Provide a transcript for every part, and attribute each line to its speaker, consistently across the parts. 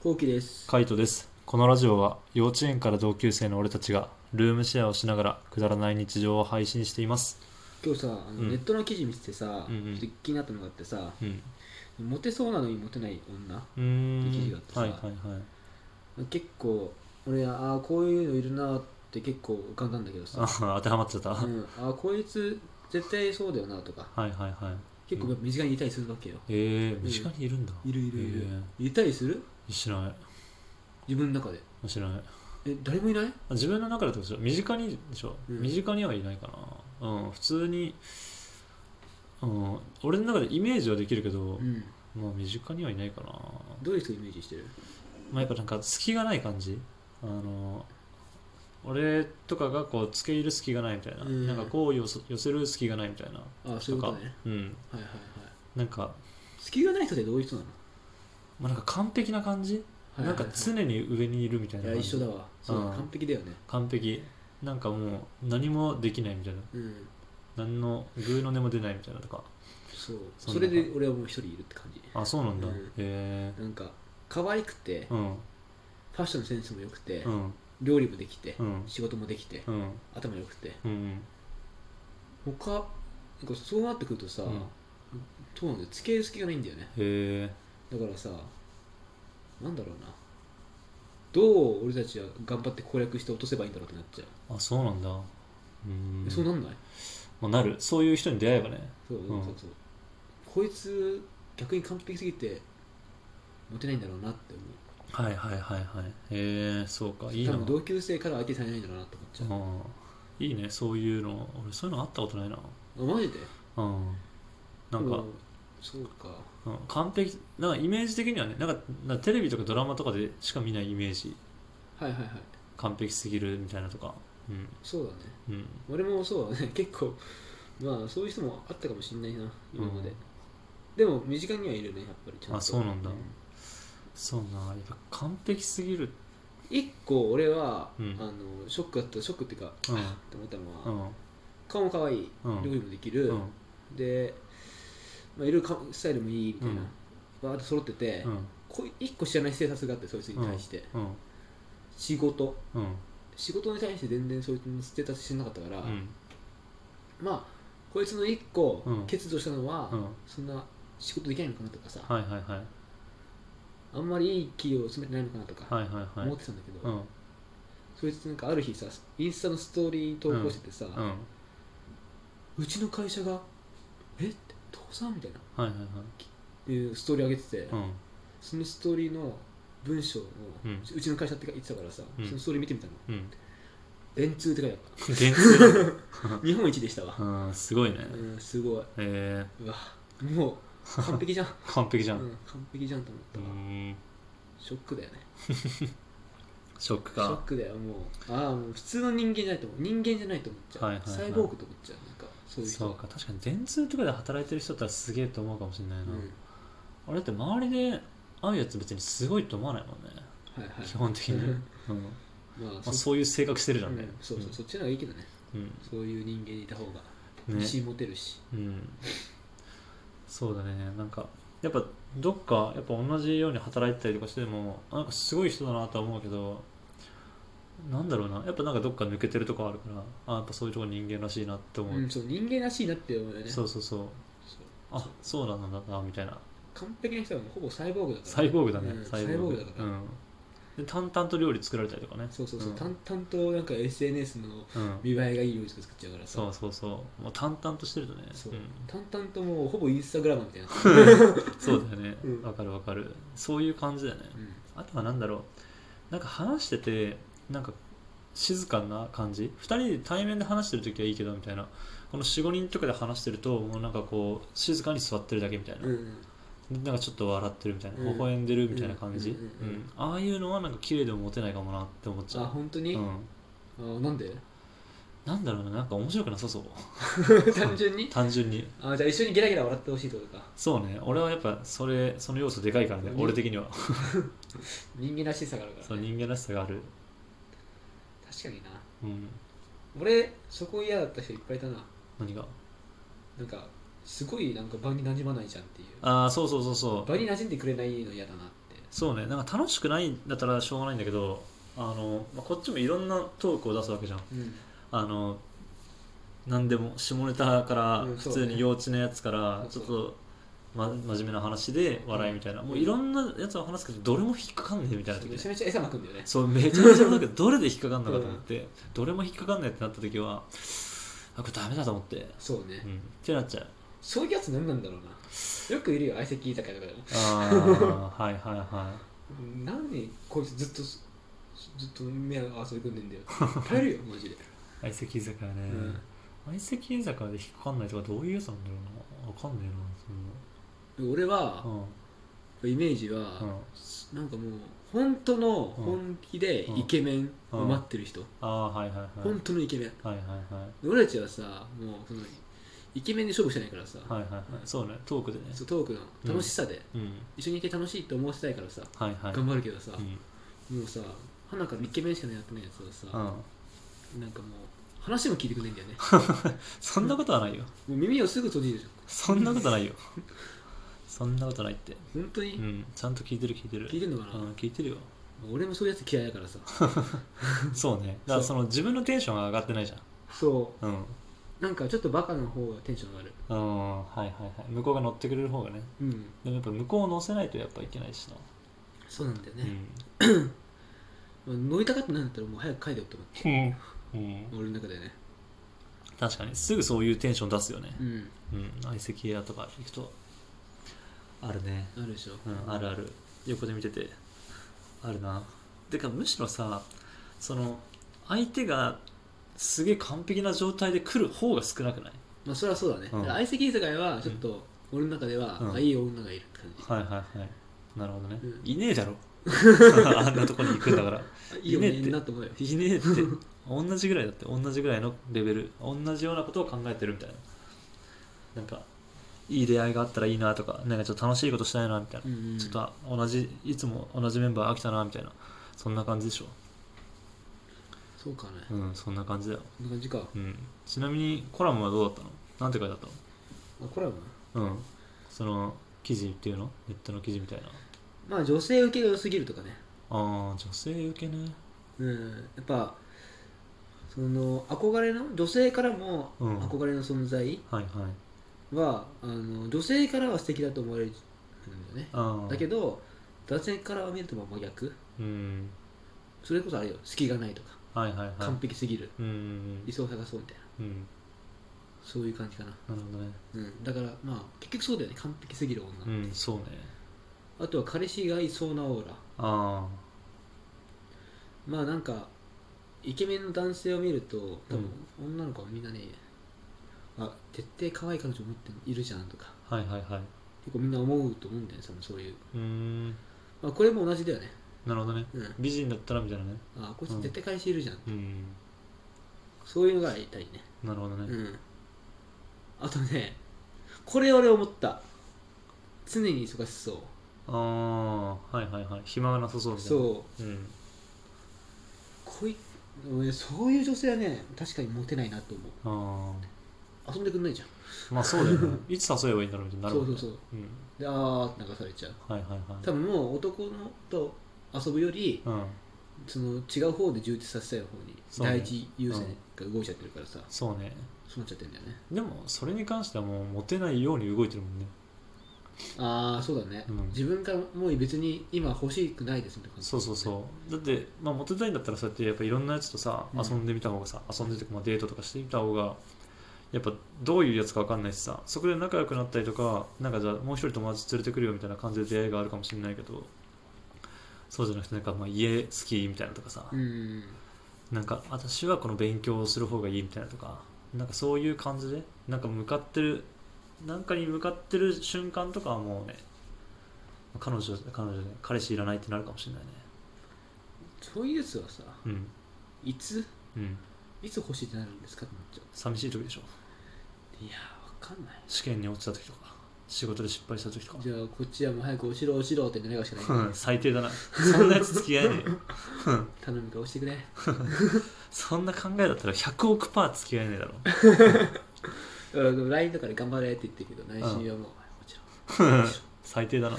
Speaker 1: こうきです。
Speaker 2: カイトですこのラジオは幼稚園から同級生の俺たちがルームシェアをしながらくだらない日常を配信しています
Speaker 1: 今日さ、あの
Speaker 2: うん
Speaker 1: ネットの記事見ててさ、
Speaker 2: うんうん
Speaker 1: ちょっと気になったのがあってさ、
Speaker 2: うん
Speaker 1: モテそうなのにモテない女。
Speaker 2: うーん
Speaker 1: 記事があってさ
Speaker 2: はいはいはい
Speaker 1: 結構、俺、ああ、こういうのいるなーって結構浮かんだんだけど
Speaker 2: あ
Speaker 1: さ、
Speaker 2: 当てはまっちゃった、
Speaker 1: うん、ああ、こいつ絶対そうだよなとか、
Speaker 2: はいはいはい
Speaker 1: 結構身近にいたりするわけよ。
Speaker 2: えー、身近にいるんだ
Speaker 1: いるいるいる。
Speaker 2: え
Speaker 1: いたりする
Speaker 2: ー、知らな
Speaker 1: 自分の中で。
Speaker 2: い知らない
Speaker 1: え、誰もいない
Speaker 2: 自分の中でってことでしょ身近にでしょ、
Speaker 1: うん
Speaker 2: 身近にはいないかなうん普通にうん、俺の中でイメージはできるけど、
Speaker 1: うん。
Speaker 2: まあ身近にはいないかな、
Speaker 1: どういう人をイメージしてる
Speaker 2: まあ、やっぱなんか隙がない感じあの俺とかがこう付け入る隙がないみたいな、
Speaker 1: うん
Speaker 2: なんかこう寄せ寄せる隙がないみたいな
Speaker 1: ああ、そういうことね。
Speaker 2: うん
Speaker 1: はいはいはい。
Speaker 2: なんか、
Speaker 1: 隙がない人ってどういう人なの
Speaker 2: まあ、なんか完璧な感じ、
Speaker 1: はいはいはい
Speaker 2: なんか常に上にいるみたい
Speaker 1: い
Speaker 2: な
Speaker 1: や、
Speaker 2: 感
Speaker 1: 一
Speaker 2: じ
Speaker 1: 緒だわ。そう
Speaker 2: う
Speaker 1: だ、
Speaker 2: ん
Speaker 1: 完璧だよね。
Speaker 2: 完璧なんかもう何もできないみたいな
Speaker 1: うん。
Speaker 2: 何のグーの音も出ないみたいなとか
Speaker 1: そう。
Speaker 2: そん
Speaker 1: そ
Speaker 2: な
Speaker 1: れで俺はもう一人いるって感じ。
Speaker 2: あそうなんだ、
Speaker 1: うん
Speaker 2: へえ
Speaker 1: なんか可愛くて、フ
Speaker 2: うん
Speaker 1: ァッションのセンスも良くて、
Speaker 2: うん
Speaker 1: 料理もできて、
Speaker 2: うん
Speaker 1: 仕事もできて、
Speaker 2: うん
Speaker 1: 頭良くて
Speaker 2: うん
Speaker 1: 他なんかそうなってくるとさ、
Speaker 2: うん
Speaker 1: そうなんだよ付き合い隙がないんだよね
Speaker 2: へえ
Speaker 1: だからさなんだろうなどう俺たちは頑張って攻略して落とせばいいんだろうってなっちゃう、
Speaker 2: あそうなんだうん
Speaker 1: えそうなんない
Speaker 2: まあ、なるそういう人に出会えばね
Speaker 1: そう
Speaker 2: うん
Speaker 1: そうそうこいつ逆に完璧すぎてモテないんだろうなって思う
Speaker 2: はいはいはいはいへえそうかいい
Speaker 1: 多
Speaker 2: な
Speaker 1: 分同級生から相手にされないんだろうなって思っちゃ
Speaker 2: うん、いいねそういうの俺そういうのあったことないな
Speaker 1: う、あマジで
Speaker 2: うんなんか、
Speaker 1: うんそうか
Speaker 2: うん完璧なんかイメージ的にはねなんかなんかテレビとかドラマとかでしか見ないイメージ
Speaker 1: はいはいはい
Speaker 2: 完璧すぎるみたいなとかうん
Speaker 1: そうだね
Speaker 2: うん
Speaker 1: 俺もそうだね 結構まあそういう人もあったかもしれないな今まで、でも身近にはいるねやっぱりちゃんと
Speaker 2: あそうなんだそうなやっぱ完璧すぎる
Speaker 1: 一個俺は、
Speaker 2: うん
Speaker 1: あのショックだったショックっていうか
Speaker 2: うん
Speaker 1: って思ったの
Speaker 2: う
Speaker 1: は、
Speaker 2: ん
Speaker 1: 顔も可愛い
Speaker 2: うん
Speaker 1: 料理もできる、
Speaker 2: うん
Speaker 1: で、まあ、いろいろかスタイルもいいみたいな、バーッと揃ってて、
Speaker 2: うん
Speaker 1: こう一個知らないステータスがあってそいつに対して、
Speaker 2: うん
Speaker 1: 仕事
Speaker 2: うん
Speaker 1: 仕事に対して全然そいつのステータス知らなかったから、
Speaker 2: うん
Speaker 1: まあこいつの一個
Speaker 2: うん
Speaker 1: 欠如したのは、
Speaker 2: うん
Speaker 1: そんな仕事できないのかなとかさ、
Speaker 2: はいはいはい
Speaker 1: あんまりいい企業を進めてないのかなとか
Speaker 2: はいはいはい
Speaker 1: 思ってたんだけど、
Speaker 2: うん
Speaker 1: そいつなんかある日さインスタのストーリーに投稿しててさ、う
Speaker 2: うんはい
Speaker 1: ちの会社がえって倒産みたいな
Speaker 2: はいはい
Speaker 1: いうストーリー上げてて、
Speaker 2: うん
Speaker 1: そのストーリーの文章の、う
Speaker 2: うん
Speaker 1: ちの会社って言ってたからさ、
Speaker 2: うん
Speaker 1: そのストーリー見てみたの
Speaker 2: うん
Speaker 1: 電通って書いてあっ
Speaker 2: 電通なんだ
Speaker 1: た日本一でしたわ、
Speaker 2: うんすごいね
Speaker 1: うん、すごい
Speaker 2: え
Speaker 1: うわもう完璧じゃん、
Speaker 2: ー、完璧じゃん
Speaker 1: うん、完璧じゃんと思っ
Speaker 2: う
Speaker 1: た
Speaker 2: ー
Speaker 1: わ、
Speaker 2: ん
Speaker 1: ショックだよね
Speaker 2: ショック
Speaker 1: ショッ
Speaker 2: か
Speaker 1: クだよもうああもう普通の人間じゃないと思う人間じゃないと思っちゃう、
Speaker 2: はいはいはい
Speaker 1: サイボーグと思っちゃうなんかそういう人
Speaker 2: そうか確かに電通とかで働いてる人だったらすげえと思うかもしれないな、
Speaker 1: うん
Speaker 2: 俺だって周りで会うやつ別にすごいと思わないもんね
Speaker 1: はいはい
Speaker 2: 基本的に、
Speaker 1: う
Speaker 2: うん
Speaker 1: ん
Speaker 2: ま
Speaker 1: まあ
Speaker 2: あ、
Speaker 1: そ
Speaker 2: そういう性格してるじゃん
Speaker 1: う
Speaker 2: ね
Speaker 1: ん、そうそうそっちの方がいいけどね
Speaker 2: うん、
Speaker 1: そういう人間でいた方が
Speaker 2: うんね
Speaker 1: 自信持てるし、
Speaker 2: うん、そうだねなんかやっぱどっかやっぱ同じように働いてたりとかしてもあなんかすごい人だなとは思うけどなんだろうなやっぱなんかどっか抜けてるとこあるからあやっぱそういうとこ人間らしいなって思う、
Speaker 1: うん、そう人間らしいなって思うよね
Speaker 2: そううそうそう
Speaker 1: そう
Speaker 2: あそうなんだなみたいな
Speaker 1: 完璧な人はもうほぼサイボーグだから
Speaker 2: サイボーグだね、
Speaker 1: うん
Speaker 2: サ
Speaker 1: サ
Speaker 2: イ
Speaker 1: イ
Speaker 2: ボ
Speaker 1: ボ
Speaker 2: ー
Speaker 1: ー
Speaker 2: グ
Speaker 1: グだから、
Speaker 2: うん、で淡々と料理作られたりとかね
Speaker 1: そうそうそう、
Speaker 2: ん
Speaker 1: 淡々となんか SNS の
Speaker 2: うん
Speaker 1: 見栄えがいい料理とか作っちゃうからさ
Speaker 2: そうそうそうもう淡々としてるとね
Speaker 1: そう、
Speaker 2: ん
Speaker 1: 淡々ともうほぼインスタグラマーみたいな、
Speaker 2: そうだよね
Speaker 1: うん
Speaker 2: わ、かるわかるそういう感じだよね
Speaker 1: うん、
Speaker 2: あとはなんだろうなんか話しててなんか静かな感じ2人で対面で話してる時はいいけどみたいなこの45人とかで話してるともうなんかこう静かに座ってるだけみたいな、
Speaker 1: うんうん
Speaker 2: なんかちょっと笑ってるみたいな
Speaker 1: うん
Speaker 2: 微笑んでるみたいな感じ、
Speaker 1: うんうんうんうん
Speaker 2: うんああいうのはなんか綺麗でもモテないかもなって思っちゃ
Speaker 1: あ
Speaker 2: う
Speaker 1: 本当に、
Speaker 2: う
Speaker 1: あ
Speaker 2: ん
Speaker 1: ーなんで
Speaker 2: なんだろうな、なんか面白くなさそう。
Speaker 1: 単純に
Speaker 2: 単純に。
Speaker 1: あーじゃあ一緒にゲラゲラ笑ってほしいってことか
Speaker 2: そうね、俺はやっぱそれ、その要素でかいからね、
Speaker 1: うん
Speaker 2: 俺的には。
Speaker 1: 人間らしさがあるか
Speaker 2: そ
Speaker 1: ら、
Speaker 2: の
Speaker 1: ね、
Speaker 2: 人間らしさがある。
Speaker 1: 確かにな
Speaker 2: うん。
Speaker 1: 俺そこ嫌だった人いっぱいいたな
Speaker 2: 何が。
Speaker 1: なんかすごいなんか場に馴染まないじゃんっていう
Speaker 2: ああ、そうそうそうそ
Speaker 1: 場に馴染んでくれないの嫌だなって
Speaker 2: そうねなんか楽しくないんだったらしょうがないんだけどあの、まあ、こっちもいろんなトークを出すわけじゃん
Speaker 1: うん
Speaker 2: あの何でも下ネタから
Speaker 1: うん
Speaker 2: 普
Speaker 1: そうね
Speaker 2: 通に幼稚なやつからち
Speaker 1: そ
Speaker 2: ょ
Speaker 1: う
Speaker 2: っ
Speaker 1: そ
Speaker 2: と、ま、真面目な話で笑いみたいな、
Speaker 1: うん
Speaker 2: もういろんなやつを話すけどどれも引っかかんねえみたいな時
Speaker 1: め
Speaker 2: ね
Speaker 1: ちゃめちゃ餌まくんだよね
Speaker 2: そうめちゃめ ちゃなんかどれで引っかかんのかと思って、どれも引っかかんないってなった時はあこれダメだと思って、
Speaker 1: そう
Speaker 2: う
Speaker 1: ね
Speaker 2: ん、ってなっちゃう
Speaker 1: そういうやつ何なんだろうなよくいるよ相席居酒屋とかでも
Speaker 2: あ あはいはいは
Speaker 1: 何でこいつずっとずっと目合わせてくんねんだよ耐えるよマ ジで
Speaker 2: い相席居酒屋ね
Speaker 1: うん
Speaker 2: 相席居酒屋で引っかかんないとかどういうやつなんだろうなわかんねえな
Speaker 1: 俺は
Speaker 2: そんな
Speaker 1: イメージは、
Speaker 2: うんうん
Speaker 1: なんかもう本当の
Speaker 2: うん
Speaker 1: 本気でイケメンを待ってる人、
Speaker 2: ああはいはいはい
Speaker 1: 本当のイケメン
Speaker 2: はいはいはい
Speaker 1: で俺たちはさもうそのイケメンで勝負してないからさ、
Speaker 2: はいはいはい、そうね、トークでね。
Speaker 1: そうトークの楽しさで、
Speaker 2: うん、
Speaker 1: 一緒にいて楽しいって思わせたいからさ
Speaker 2: はいはい。
Speaker 1: 頑張るけどさ、
Speaker 2: うん、
Speaker 1: もうさ花からイケメンしかやってないやつは
Speaker 2: う
Speaker 1: さ、
Speaker 2: ん、
Speaker 1: なんかもう話も聞いてくれないんだよね
Speaker 2: そんなことはないよ。
Speaker 1: もう耳をすぐ閉じるじゃん
Speaker 2: そんなことないよ。そんなことないって。
Speaker 1: 本当に、
Speaker 2: うん、ちゃんと聞いてる聞いてる。
Speaker 1: 聞いてんのかな
Speaker 2: う、ん、聞いてるよ。
Speaker 1: 俺もそういうやつ嫌いだからさ
Speaker 2: そうね。だからその自分のテンションが上がってないじ
Speaker 1: そ
Speaker 2: ゃん。うん。
Speaker 1: うなんかちょっとバカの方がテンション上がる
Speaker 2: うん、はいはいはい。向こうが乗ってくれる方がね。
Speaker 1: うん
Speaker 2: でもやっぱ向こうを乗せないとやっぱいけないしな。
Speaker 1: そうなんだよ
Speaker 2: う
Speaker 1: ね、
Speaker 2: ん。
Speaker 1: 乗りたかったんだったらもう早く帰れよって思って
Speaker 2: うん。うん、
Speaker 1: 俺の中でね
Speaker 2: 確かにすぐそういうテンション出すよね。
Speaker 1: うん
Speaker 2: うん、相席屋とか行くと。あるね。
Speaker 1: あるでしょ、
Speaker 2: うん、あるある横で見ててあるなてかむしろさその相手がすげえ完璧な状態で来る方が少なくない
Speaker 1: まあそれはそうだね、
Speaker 2: うん
Speaker 1: だから相席居酒屋はちょっと俺の中では、
Speaker 2: うん
Speaker 1: あいい女がいるって感じ、
Speaker 2: はいはいはいなるほどね、
Speaker 1: うん
Speaker 2: いねえだ ろあんなとこに行くんだから
Speaker 1: あいい女
Speaker 2: いねえっ
Speaker 1: い
Speaker 2: て
Speaker 1: るなって思うよ
Speaker 2: いねえって同じぐらいだって同じぐらいのレベル同じようなことを考えてるみたいななんかいい出会いがあったらいいなとかなんかちょっと楽しいことしたいなみたいな
Speaker 1: う、んうん
Speaker 2: ちょっと同じいつも同じメンバー飽きたなみたいなそんな感じでしょ
Speaker 1: そうかね、
Speaker 2: うんそんな感じだよ
Speaker 1: こんな感じか
Speaker 2: うん、ちなみにコラムはどうだったのなんて書いてあっ
Speaker 1: あコラボね
Speaker 2: たのうんその記事っていうのネットの記事みたいな
Speaker 1: まあ女性受けが良すぎるとかね
Speaker 2: あー女性受けね
Speaker 1: うんやっぱその憧れの女性からも
Speaker 2: うん
Speaker 1: 憧れの存在
Speaker 2: はいはい
Speaker 1: は、あの女性からは素敵だと思われるんだよね
Speaker 2: ああ
Speaker 1: だけ
Speaker 2: ど
Speaker 1: ど男性から見ると真逆
Speaker 2: うん
Speaker 1: それこそあれよ隙がないとか
Speaker 2: はいはいはい
Speaker 1: 完璧すぎる
Speaker 2: うんうん
Speaker 1: 理想を探そうみたいな
Speaker 2: うん
Speaker 1: そういう感じかな、
Speaker 2: なるほどね
Speaker 1: うん、だからまあ結局そうだよね完璧すぎる
Speaker 2: う
Speaker 1: 女、
Speaker 2: んそうね
Speaker 1: あとは彼氏がいそうなオーラ
Speaker 2: あ
Speaker 1: まあなんかイケメンの男性を見ると多分女の子はみんなね、あ絶対可愛い彼女持っているじゃんとか
Speaker 2: あはいはいはい
Speaker 1: 結構みんな思うと思うんだよね多分そういう、
Speaker 2: うーん
Speaker 1: まあ、これも同じだよね、
Speaker 2: なるほどね
Speaker 1: うん、
Speaker 2: 美人だったらみたいなね
Speaker 1: あこいつ絶対彼氏いるじゃん、
Speaker 2: うん
Speaker 1: そういうのがやりたいね
Speaker 2: なるほどね、
Speaker 1: うんあとねこれ俺思った常に忙しそ
Speaker 2: ああはいはいはい暇がなさそう
Speaker 1: う
Speaker 2: みたいな
Speaker 1: そう
Speaker 2: ううん
Speaker 1: こい俺そういう女性はね確かにモテないなと思
Speaker 2: あ
Speaker 1: う遊んでくんないじゃん
Speaker 2: あまあそうだよね いつ誘えばいいんだろうみたいになるもんね
Speaker 1: そうそう
Speaker 2: うん
Speaker 1: であーって流されちゃう
Speaker 2: はいはいはい
Speaker 1: 多分もう男のと遊ぶより
Speaker 2: うん、
Speaker 1: その違う方で充実させたい方に
Speaker 2: そうね
Speaker 1: 第一優先が動いちゃってるからさ
Speaker 2: そうね。
Speaker 1: そうなっちゃってるんだよね
Speaker 2: でも、それに関してはもう、モテないように動いてるもんね。
Speaker 1: ああそうだね、
Speaker 2: うん
Speaker 1: 自分からもう別に今欲しくないですみたいな感じ
Speaker 2: そうそうそう。だって、まあ、モテたいんだったら、そうやって、やっぱいろんなやつとさ、
Speaker 1: うん
Speaker 2: 遊んでみた方がさ、遊んでとか、まあ、デートとかしてみた方が、やっぱ、どういうやつか分かんないしさ、そこで仲良くなったりとか、なんかじゃあ、もう一人友達連れてくるよみたいな感じで出会いがあるかもしれないけど、そうじゃなくて、なんか、まあ、家好きみたいなとかさ、
Speaker 1: うん
Speaker 2: なんか私はこの勉強をする方がいいみたいなとかなんかそういう感じでなんか向かってるなんかに向かってる瞬間とかはもうね彼女彼女で彼氏いらないってなるかもしれないね
Speaker 1: そういうやつはさ
Speaker 2: うん
Speaker 1: いつ
Speaker 2: うん
Speaker 1: いつ欲しいってなるんですかってなっちゃ
Speaker 2: 寂しい時でしょ
Speaker 1: ういやーわかんない
Speaker 2: 試験に落ちた時とか仕事で失敗した時とか
Speaker 1: じゃあこっちはもう早く落ちろ落ちろって願うしかない、
Speaker 2: うん最低だなそんなやつ付き合えねえよ
Speaker 1: 頼むから落ちてくれ
Speaker 2: そんな考えだったら100億パー付き合えねえだろ
Speaker 1: うんでも LINE とかで頑張れって言ってるけど内心はもう、落ちろ落ちろ
Speaker 2: 最低だな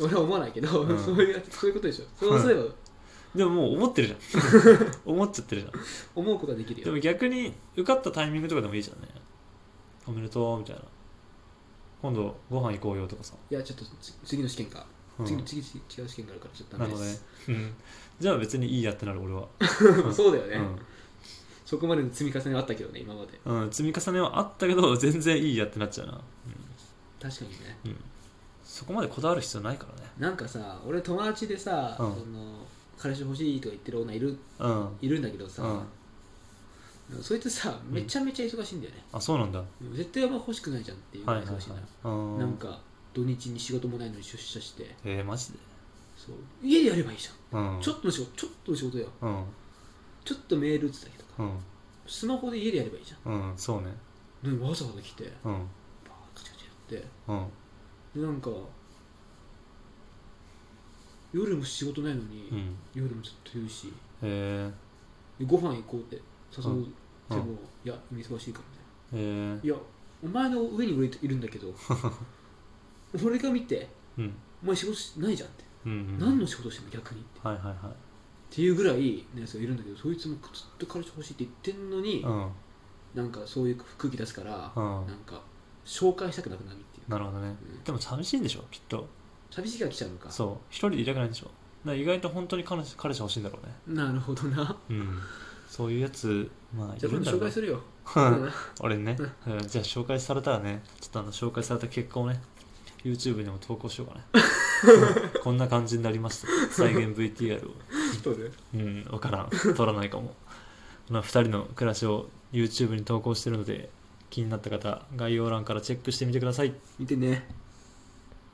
Speaker 1: 俺は思わないけど、
Speaker 2: うん
Speaker 1: そういうそういうことでしょそうすれば
Speaker 2: でももう思ってるじゃん思っちゃってるじゃん
Speaker 1: 思うことができる
Speaker 2: で
Speaker 1: よ
Speaker 2: も逆に受かったタイミングとかでもいいじゃんねおめでとうみたいな今度ご飯行こうよとかさ、
Speaker 1: いやちょっとつ次の試験か、
Speaker 2: うん
Speaker 1: 次の次次違う試験があるからちょっと
Speaker 2: な
Speaker 1: ダメ
Speaker 2: るほ
Speaker 1: で
Speaker 2: どね
Speaker 1: す、
Speaker 2: うん、じゃあ別にいいやってなる俺は、ど ね
Speaker 1: そうだよね、
Speaker 2: うん
Speaker 1: そこまでの積み重ねはあったけどね今まで
Speaker 2: うん、積み重ねはあったけど全然いいやってなっちゃうな、
Speaker 1: 確かにね
Speaker 2: うんうん、そこまでこだわる必要ないからね
Speaker 1: なんかさ俺友達でさ、
Speaker 2: うん
Speaker 1: その彼氏欲しいとか言ってる女いる
Speaker 2: うん
Speaker 1: いるんだけどさ、そいつさめちゃめちゃ忙しいんだよね、
Speaker 2: あそうなんだは
Speaker 1: 絶対あんま欲しくないじゃんってい
Speaker 2: いうはい
Speaker 1: の
Speaker 2: はい
Speaker 1: が忙しいのよ
Speaker 2: うん
Speaker 1: なんか土日に仕事もないのに出社して
Speaker 2: えー、マジで
Speaker 1: そう家でやればいいじゃん、
Speaker 2: うん
Speaker 1: ちょっとの仕事ちょっとの仕事よ
Speaker 2: うん
Speaker 1: ちょっとメール打つだけとか
Speaker 2: うん
Speaker 1: スマホで家でやればいいじゃ
Speaker 2: うんそうね
Speaker 1: んでわざわざ来て
Speaker 2: う
Speaker 1: バ
Speaker 2: ん
Speaker 1: ーッカチカチやって
Speaker 2: うん
Speaker 1: でなんか夜も仕事ないのに、
Speaker 2: うん
Speaker 1: 夜もずっと言うし
Speaker 2: へえ
Speaker 1: でご飯行こうって誘う
Speaker 2: う
Speaker 1: で
Speaker 2: ん
Speaker 1: も、いや今忙しいからみたいな
Speaker 2: へえ
Speaker 1: いやお前の上に俺いるんだ けど俺が見て
Speaker 2: うん
Speaker 1: お前仕事しないじゃんって、
Speaker 2: うんうん
Speaker 1: 何の仕事してんの逆にって
Speaker 2: はいはいは
Speaker 1: っていうぐらいのやつがいるんだけどそいつもずっと彼氏欲しいって言ってんの
Speaker 2: い
Speaker 1: に、
Speaker 2: うん
Speaker 1: なんかそういう空気出すから、
Speaker 2: うん
Speaker 1: なんか紹介したくなくなるっていう、
Speaker 2: なるほどね
Speaker 1: うん
Speaker 2: でも寂しいんでしょきっと
Speaker 1: 寂しいが来ちゃうのか
Speaker 2: そう一人でいたくないんでしょだから意外と本当に彼氏彼氏欲しいんだろうね
Speaker 1: なるほどな
Speaker 2: うんそういうやつまあい
Speaker 1: じゃあ
Speaker 2: る
Speaker 1: 今
Speaker 2: ん
Speaker 1: 度紹
Speaker 2: だろうな
Speaker 1: 介するよ
Speaker 2: うん俺にね、うんじゃあ紹介されたらねちょっとあの紹介された結果をね YouTube にも投稿し ようかね、うんこんな感じになりました再現 VTR を
Speaker 1: そうね
Speaker 2: うん分からん撮らないかも まあ2人の暮らしを YouTube に投稿してるので気になった方概要欄からチェックしてみてください
Speaker 1: 見てね